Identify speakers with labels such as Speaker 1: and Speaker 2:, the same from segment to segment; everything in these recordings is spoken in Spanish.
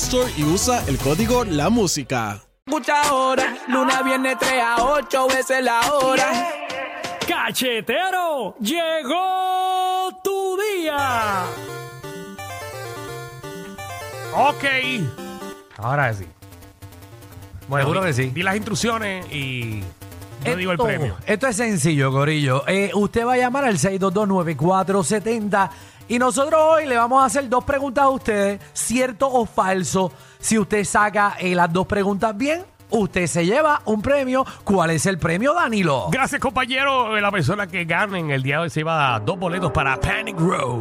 Speaker 1: Store y usa el código La Música.
Speaker 2: Escucha ahora, luna viene 3 a 8 veces la hora.
Speaker 3: ¡Cachetero! ¡Llegó tu día!
Speaker 4: Ok. Ahora sí.
Speaker 5: Bueno,
Speaker 4: Seguro
Speaker 5: di-
Speaker 4: que sí.
Speaker 5: Di las instrucciones y yo digo el
Speaker 4: Esto-
Speaker 5: premio.
Speaker 4: Esto es sencillo, Corillo. Eh, usted va a llamar al 6229470 y nosotros hoy le vamos a hacer dos preguntas a ustedes, cierto o falso. Si usted saca eh, las dos preguntas bien, usted se lleva un premio. ¿Cuál es el premio, Danilo?
Speaker 5: Gracias, compañero. Eh, La persona que gane en el día de hoy se va a dos boletos para Panic Row,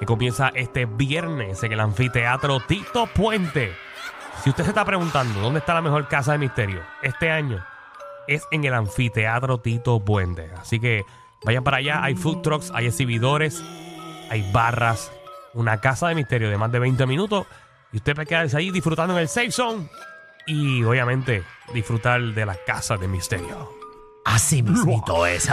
Speaker 5: que comienza este viernes en el anfiteatro Tito Puente. Si usted se está preguntando dónde está la mejor casa de misterio este año, es en el anfiteatro Tito Puente. Así que vayan para allá. Hay food trucks, hay exhibidores, hay barras, una casa de misterio de más de 20 minutos. Y usted puede quedarse ahí disfrutando en el safe zone y obviamente disfrutar de la casa de misterio.
Speaker 4: Así mismito es.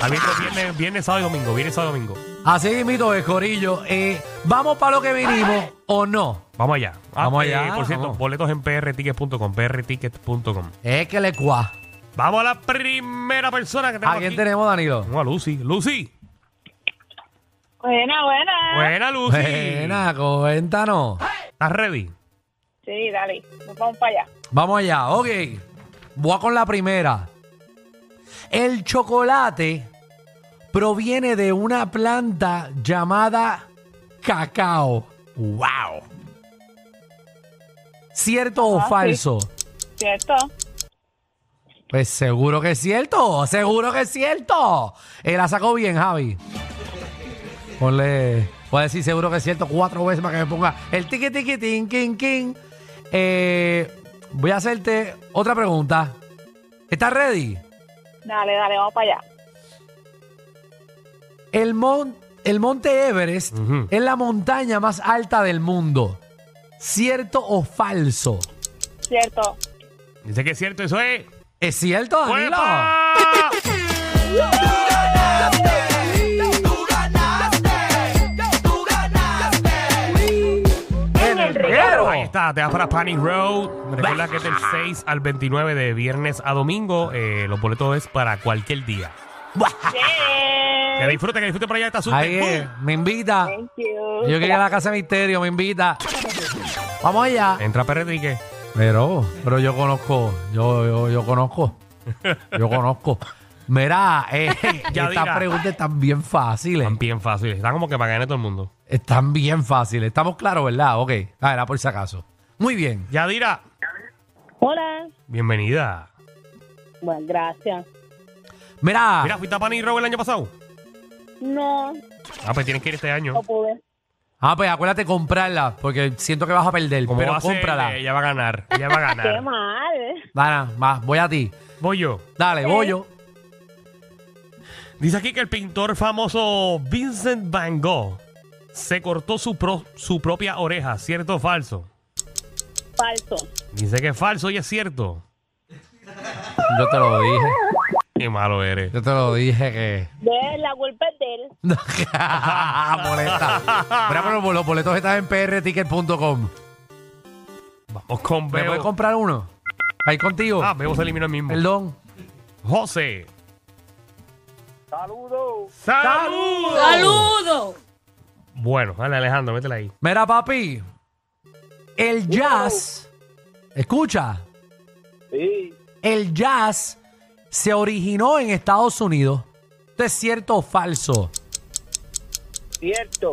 Speaker 5: Abierto viernes, viernes, sábado y domingo. Viernes, sábado y domingo.
Speaker 4: Así mismito es, Corillo. Eh, ¿Vamos para lo que vinimos o no?
Speaker 5: Vamos allá. Ah, eh,
Speaker 4: Vamos allá,
Speaker 5: por cierto,
Speaker 4: vamos.
Speaker 5: boletos en prtickets.com, prtickets.com.
Speaker 4: Es que le cuá.
Speaker 5: Vamos a la primera persona que tenemos
Speaker 4: ¿A quién
Speaker 5: aquí.
Speaker 4: tenemos, Danilo?
Speaker 5: Tenemos a Lucy. Lucy.
Speaker 6: Buena, buena.
Speaker 5: Buena, Lucy.
Speaker 4: Buena, cuéntanos.
Speaker 5: ¿Estás ready?
Speaker 6: Sí, dale. Nos vamos para allá.
Speaker 4: Vamos allá, ok. Voy con la primera. El chocolate proviene de una planta llamada cacao. ¡Wow! ¿Cierto o
Speaker 6: Ah, sí.
Speaker 4: falso?
Speaker 6: ¿Cierto?
Speaker 4: Pues seguro que es cierto, seguro que es cierto. Eh, la sacó bien, Javi. Ponle, voy a decir seguro que es cierto cuatro veces para que me ponga el tiqui tiqui tin, kin, kin. Eh, voy a hacerte otra pregunta. ¿Estás ready?
Speaker 6: Dale, dale, vamos para allá.
Speaker 4: El, mon- el monte Everest
Speaker 5: Ujú.
Speaker 4: es la montaña más alta del mundo. ¿Cierto o falso?
Speaker 6: ¿Cierto?
Speaker 5: Dice que es cierto, eso es.
Speaker 4: ¿Es cierto, Danilo?
Speaker 5: ¡Uepa!
Speaker 4: ¡En el reguero!
Speaker 5: Ahí está, te vas para Panic Road. Recuerda que es del 6 al 29 de viernes a domingo. Eh, los boletos es para cualquier día. Que
Speaker 6: Yeah.
Speaker 5: disfrute, que disfrute por allá esta asunto.
Speaker 4: Ahí es, me invita.
Speaker 6: Thank you.
Speaker 4: Yo quería la casa de misterio, me invita. Vamos allá.
Speaker 5: Entra Perretique.
Speaker 4: Pero, pero yo conozco, yo, yo, yo conozco, yo conozco. Mira, eh,
Speaker 5: Ya
Speaker 4: estas
Speaker 5: diga.
Speaker 4: preguntas están bien fáciles.
Speaker 5: Están bien fáciles. Están como que para ganar todo el mundo.
Speaker 4: Están bien fáciles. Estamos claros, ¿verdad? Ok. Ah, era por si acaso. Muy bien.
Speaker 5: Yadira,
Speaker 6: Hola.
Speaker 5: bienvenida.
Speaker 6: Bueno, gracias.
Speaker 4: Mira,
Speaker 5: Mira, fuiste a Panic Row el año pasado.
Speaker 6: No,
Speaker 5: Ah, pues tienes que ir este año.
Speaker 6: no pude.
Speaker 4: ah, pues acuérdate comprarla, porque siento que vas a perder,
Speaker 5: Como
Speaker 4: pero
Speaker 5: va a ser,
Speaker 4: cómprala.
Speaker 5: ella va a ganar. Ella va a
Speaker 6: Qué
Speaker 5: ganar.
Speaker 6: mal.
Speaker 4: Dana, va, voy a ti.
Speaker 5: Voy yo.
Speaker 4: Dale, voy yo.
Speaker 5: Dice aquí que el pintor famoso Vincent Van Gogh se cortó su, pro- su propia oreja. ¿Cierto o falso?
Speaker 6: Falso.
Speaker 5: Dice que es falso y es cierto.
Speaker 4: Yo te lo dije.
Speaker 5: Qué malo eres.
Speaker 4: Yo te lo dije que.
Speaker 6: De la culpa es de él.
Speaker 4: Boleta. Mira, pero los boletos están en prticket.com.
Speaker 5: Vamos con
Speaker 4: ¿Me puedes
Speaker 5: Bebo.
Speaker 4: comprar uno? Ahí contigo.
Speaker 5: Ah, Bebo se eliminó el mismo.
Speaker 4: Perdón.
Speaker 5: José. Saludos. Saludos.
Speaker 7: ¡Saludo!
Speaker 5: Bueno, dale Alejandro, métela ahí.
Speaker 4: Mira, papi,
Speaker 7: Uh.
Speaker 4: el jazz, escucha,
Speaker 7: Sí,
Speaker 4: el jazz se originó en Estados Unidos. ¿Esto es cierto o falso?
Speaker 7: cierto.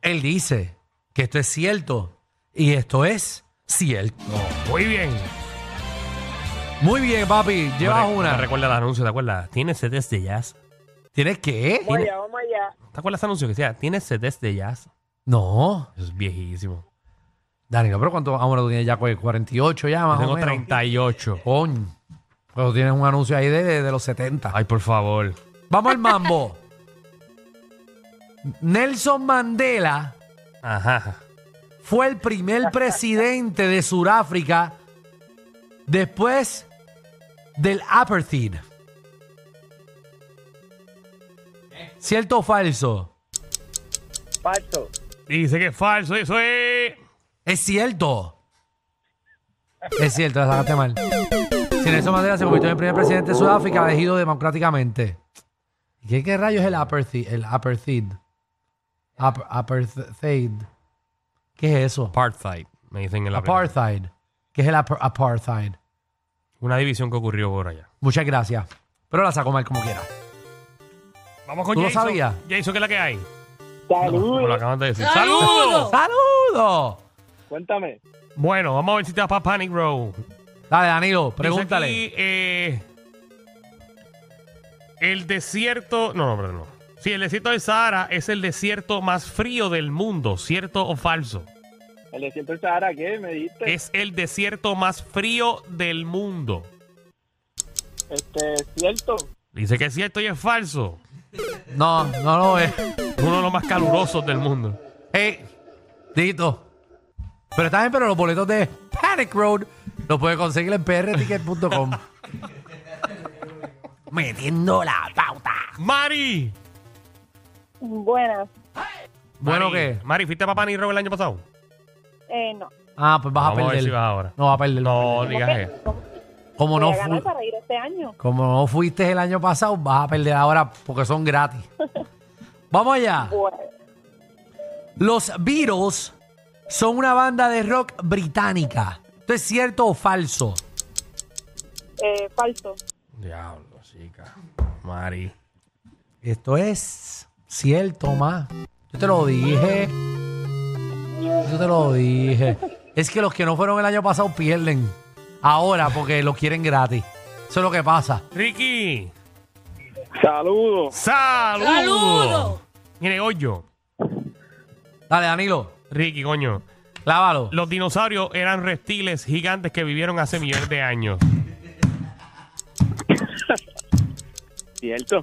Speaker 4: Él dice que esto es cierto y esto es cierto.
Speaker 5: Muy bien.
Speaker 4: Muy bien, papi, llevas
Speaker 5: Me re- Me
Speaker 4: una.
Speaker 5: recuerda el anuncio, ¿te acuerdas? Tienes CDs de jazz.
Speaker 4: ¿Tienes qué?
Speaker 7: Vamos allá, vamos allá.
Speaker 5: ¿Te acuerdas ese anuncio que decía? Tienes CDs de jazz.
Speaker 4: No,
Speaker 5: Eso es viejísimo.
Speaker 4: Dani, no, pero ¿cuánto ahora tú tienes ya? ¿Cu- 48 ya,
Speaker 5: Yo
Speaker 4: más o
Speaker 5: tengo
Speaker 4: menos.
Speaker 5: 38.
Speaker 4: Coño. Pero tienes un anuncio ahí de, de- de los 70.
Speaker 5: Ay, por favor.
Speaker 4: Vamos al mambo. Nelson Mandela
Speaker 5: Ajá.
Speaker 4: fue el primer presidente de Sudáfrica después del apartheid. ¿Cierto o falso?
Speaker 7: Falso.
Speaker 5: Dice que es falso, eso es.
Speaker 4: Es cierto. Es cierto, la sacaste mal. Si Nelson Mandela se convirtió en el primer presidente de Sudáfrica elegido democráticamente. ¿Y ¿Qué, qué rayos es el apartheid? El apartheid. Ap- apartheid. ¿Qué es eso?
Speaker 5: Apartheid, me dicen en la primera.
Speaker 4: Apartheid. ¿Qué es el apar- apartheid?
Speaker 5: Una división que ocurrió por allá.
Speaker 4: Muchas gracias. Pero la saco mal como quiera.
Speaker 5: Vamos con
Speaker 4: ¿Tú lo
Speaker 5: Jason.
Speaker 4: sabías?
Speaker 5: Jason, ¿qué es la que hay?
Speaker 7: Salud.
Speaker 5: Como lo acaban de decir. ¡Saludos!
Speaker 4: ¡Saludos!
Speaker 7: Cuéntame.
Speaker 5: Bueno, vamos a ver si te vas para Panic Row. Dice
Speaker 4: Dale, Danilo, pregúntale.
Speaker 5: aquí, eh, el desierto. No, no, perdón, no. Sí, el desierto del Sahara es el desierto más frío del mundo, ¿cierto o falso?
Speaker 7: El de siempre Sahara, ¿qué? Me dijiste.
Speaker 5: Es el desierto más frío del mundo.
Speaker 7: Este, cierto.
Speaker 5: Dice que es cierto y es falso.
Speaker 4: No, no lo es.
Speaker 5: Uno de los más calurosos del mundo.
Speaker 4: Hey, Dito. Pero está bien, pero los boletos de Panic Road los puedes conseguir en prticket.com. Metiendo la pauta.
Speaker 5: ¡Mari!
Speaker 6: Buenas.
Speaker 4: Bueno,
Speaker 5: Mari,
Speaker 4: ¿qué?
Speaker 5: Mari, ¿fuiste para Panic Row el año pasado?
Speaker 6: Eh, no.
Speaker 4: Ah, pues vas
Speaker 5: Vamos a
Speaker 4: a
Speaker 5: ver
Speaker 4: perder.
Speaker 5: si vas ahora.
Speaker 4: No, va a perder.
Speaker 5: No,
Speaker 6: ¿Cómo
Speaker 5: digas eso.
Speaker 6: que- cómo-
Speaker 4: Como no,
Speaker 6: voy a ganar
Speaker 4: fu-
Speaker 6: para ir este año.
Speaker 4: como no fuiste el año pasado, vas a perder ahora porque son gratis. Vamos allá.
Speaker 6: Bueno,
Speaker 4: Los Beatles son una banda de rock británica. ¿Esto es cierto o falso?
Speaker 6: eh, falso.
Speaker 5: Diablo, chica. Mari.
Speaker 4: Esto es cierto, ma. Yo te lo dije. Yo te lo dije. Es que los que no fueron el año pasado pierden. Ahora, porque lo quieren gratis. Eso es lo que pasa.
Speaker 5: Ricky.
Speaker 7: Saludos.
Speaker 5: ¡Saludos! ¡Saludos! Mire, hoyo.
Speaker 4: Dale, Danilo,
Speaker 5: Ricky, coño.
Speaker 4: clávalo.
Speaker 5: Los dinosaurios eran reptiles gigantes que vivieron hace millones de años.
Speaker 7: Cierto.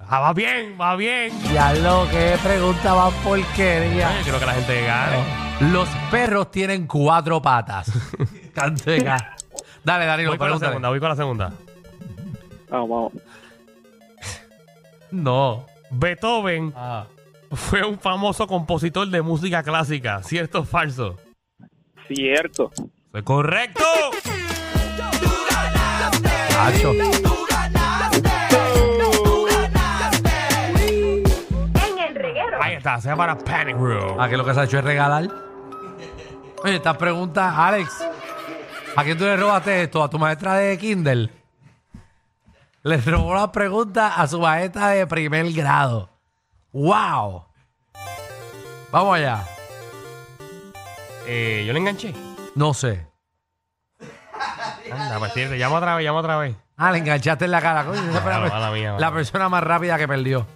Speaker 5: Ah, va bien, va bien.
Speaker 4: Ya lo que pregunta más porquería.
Speaker 5: Ay, creo que la gente gane.
Speaker 4: Los perros tienen cuatro patas. Canteca. Dale, Danilo,
Speaker 5: Voy con la
Speaker 4: pregúntale.
Speaker 5: segunda, voy con la segunda.
Speaker 7: Vamos, vamos.
Speaker 4: No.
Speaker 5: Beethoven
Speaker 4: Ah.
Speaker 5: fue un famoso compositor de música clásica. ¿Cierto o falso?
Speaker 7: Cierto.
Speaker 5: Soy correcto.
Speaker 4: Hacho.
Speaker 5: Ahí está, se llama la Panic Room.
Speaker 4: ¿A que lo que se ha hecho es regalar? Oye, esta pregunta, Alex. ¿A quién tú le robaste esto? ¿A tu maestra de Kindle? Le robó la pregunta a su maestra de primer grado. ¡Wow! Vamos allá.
Speaker 5: Eh, yo le enganché.
Speaker 4: No sé.
Speaker 5: Anda, pues, te llamo otra vez, llamo otra vez.
Speaker 4: Ah, le enganchaste en la cara. Coño, esa fue la,
Speaker 5: Mala,
Speaker 4: per-
Speaker 5: mala mía, mala
Speaker 4: la
Speaker 5: mía.
Speaker 4: persona más rápida que perdió.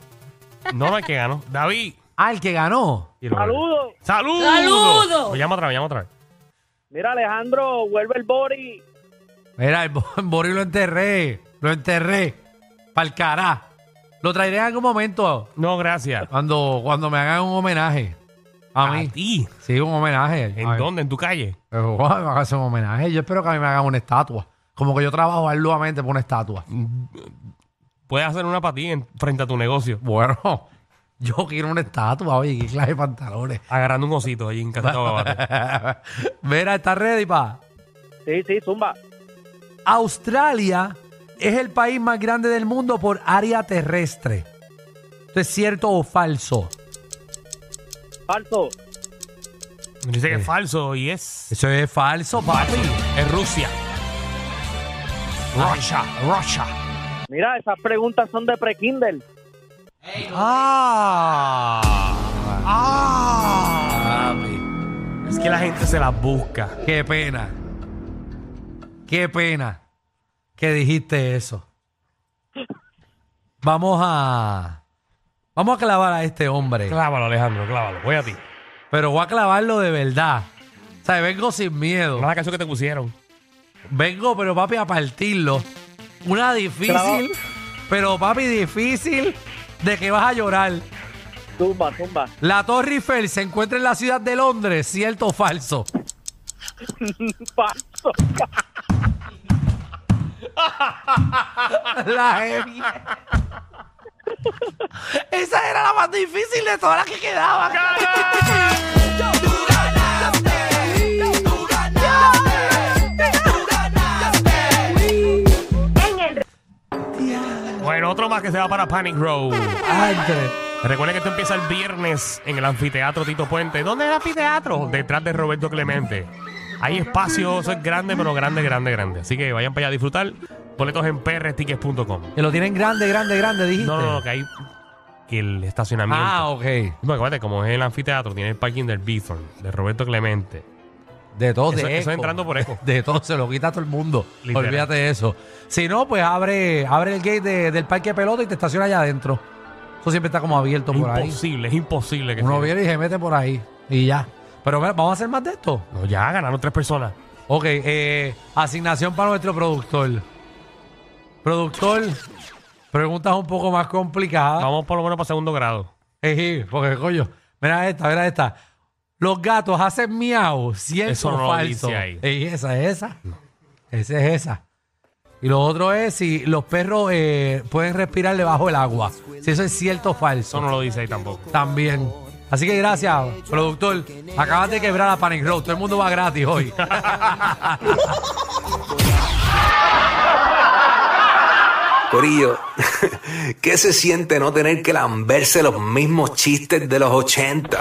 Speaker 5: No, no hay que ganó. David.
Speaker 4: Ah, el que ganó.
Speaker 7: Saludos.
Speaker 5: ¡Saludos! ¡Saludos! Pues llama otra vez, llama otra vez.
Speaker 7: Mira, Alejandro, vuelve el Bori.
Speaker 4: Mira, el Bo- el Bori lo enterré. Lo enterré. Pa'l cará. Lo traeré en algún momento.
Speaker 5: No, gracias.
Speaker 4: Cuando, cuando me hagan un homenaje a mí.
Speaker 5: ti.
Speaker 4: Sí, un homenaje.
Speaker 5: ¿En
Speaker 4: A ver,
Speaker 5: dónde? ¿En tu calle?
Speaker 4: Pero, guau, me van a hacer un homenaje. Yo espero que a mí me hagan una estatua. Como que yo trabajo arduamente por una estatua.
Speaker 5: Puedes hacer una para ti en- frente a tu negocio.
Speaker 4: Bueno, yo quiero una estatua, oye, qué clase de pantalones.
Speaker 5: Agarrando un osito ahí en Casita
Speaker 4: Mira, está ready, pa.
Speaker 7: Sí, sí, zumba.
Speaker 4: Australia es el país más grande del mundo por área terrestre. ¿Esto es cierto o falso?
Speaker 7: Falso.
Speaker 5: Dice que es falso y es.
Speaker 4: Eso es falso, papi.
Speaker 5: Es Rusia. Russia, Russia.
Speaker 7: Mira, esas preguntas son de pre-Kindle.
Speaker 5: Ah. Ah. Es que la gente se las busca.
Speaker 4: Qué pena. Qué pena que dijiste eso. Vamos a. Vamos a clavar a este hombre.
Speaker 5: Clávalo, Alejandro, clávalo. Voy a ti.
Speaker 4: Pero voy a clavarlo de verdad. O sea, vengo sin miedo.
Speaker 5: No la canción que te pusieron.
Speaker 4: Vengo, pero papi, a partirlo. Una difícil, pero papi, difícil de que vas a llorar.
Speaker 7: Zumba, zumba.
Speaker 4: La Torre Eiffel se encuentra en la ciudad de Londres, ¿cierto o falso?
Speaker 7: Falso.
Speaker 4: La heavy. Esa era la más difícil de todas las que quedaban.
Speaker 5: Bueno, otro más que se va para Panic Row.
Speaker 4: Andre.
Speaker 5: Recuerden que esto empieza el viernes en el anfiteatro Tito Puente. ¿Dónde es el anfiteatro? Detrás de Roberto Clemente. Hay espacio, eso es grande, pero grande, grande, grande. Así que vayan para allá a disfrutar. Boletos en prtickets.com.
Speaker 4: Que lo tienen grande, grande, grande, dijiste.
Speaker 5: No, no, no, que hay que el estacionamiento.
Speaker 4: Ah, ok.
Speaker 5: Bueno, acuérdate, como es el anfiteatro, tiene el parking del Bithorn, de Roberto Clemente.
Speaker 4: De todo,
Speaker 5: Eso-
Speaker 4: de
Speaker 5: eso
Speaker 4: eco.
Speaker 5: entrando por eco.
Speaker 4: De todo, se lo quita a todo el mundo.
Speaker 5: Literal.
Speaker 4: Olvídate de eso. Si no, pues abre, abre el gate de- del parque de pelota y te estaciona allá adentro. Eso siempre está como abierto por ahí.
Speaker 5: imposible, es imposible que
Speaker 4: Uno
Speaker 5: sea.
Speaker 4: viene y se mete por ahí. Y ya. Pero mira, vamos a hacer más de esto.
Speaker 5: No, ya ganaron tres personas.
Speaker 4: Ok, eh, asignación para nuestro productor. Productor, preguntas un poco más complicadas.
Speaker 5: Vamos por lo menos para segundo grado.
Speaker 4: Ejí, porque coño, mira esta, mira esta. Los gatos hacen miau, cierto
Speaker 5: Eso no
Speaker 4: o
Speaker 5: lo
Speaker 4: falso.
Speaker 5: dice ahí.
Speaker 4: Ejí, esa es esa. Esa es esa. Y lo otro es si los perros eh, pueden respirar debajo del agua. Si eso es cierto o falso.
Speaker 5: Eso no lo dice ahí tampoco.
Speaker 4: También. Así que gracias, productor. Acabas de quebrar a Panic Road. Todo el mundo va gratis hoy.
Speaker 8: Corillo, ¿qué se siente no tener que lamberse los mismos chistes de los 80?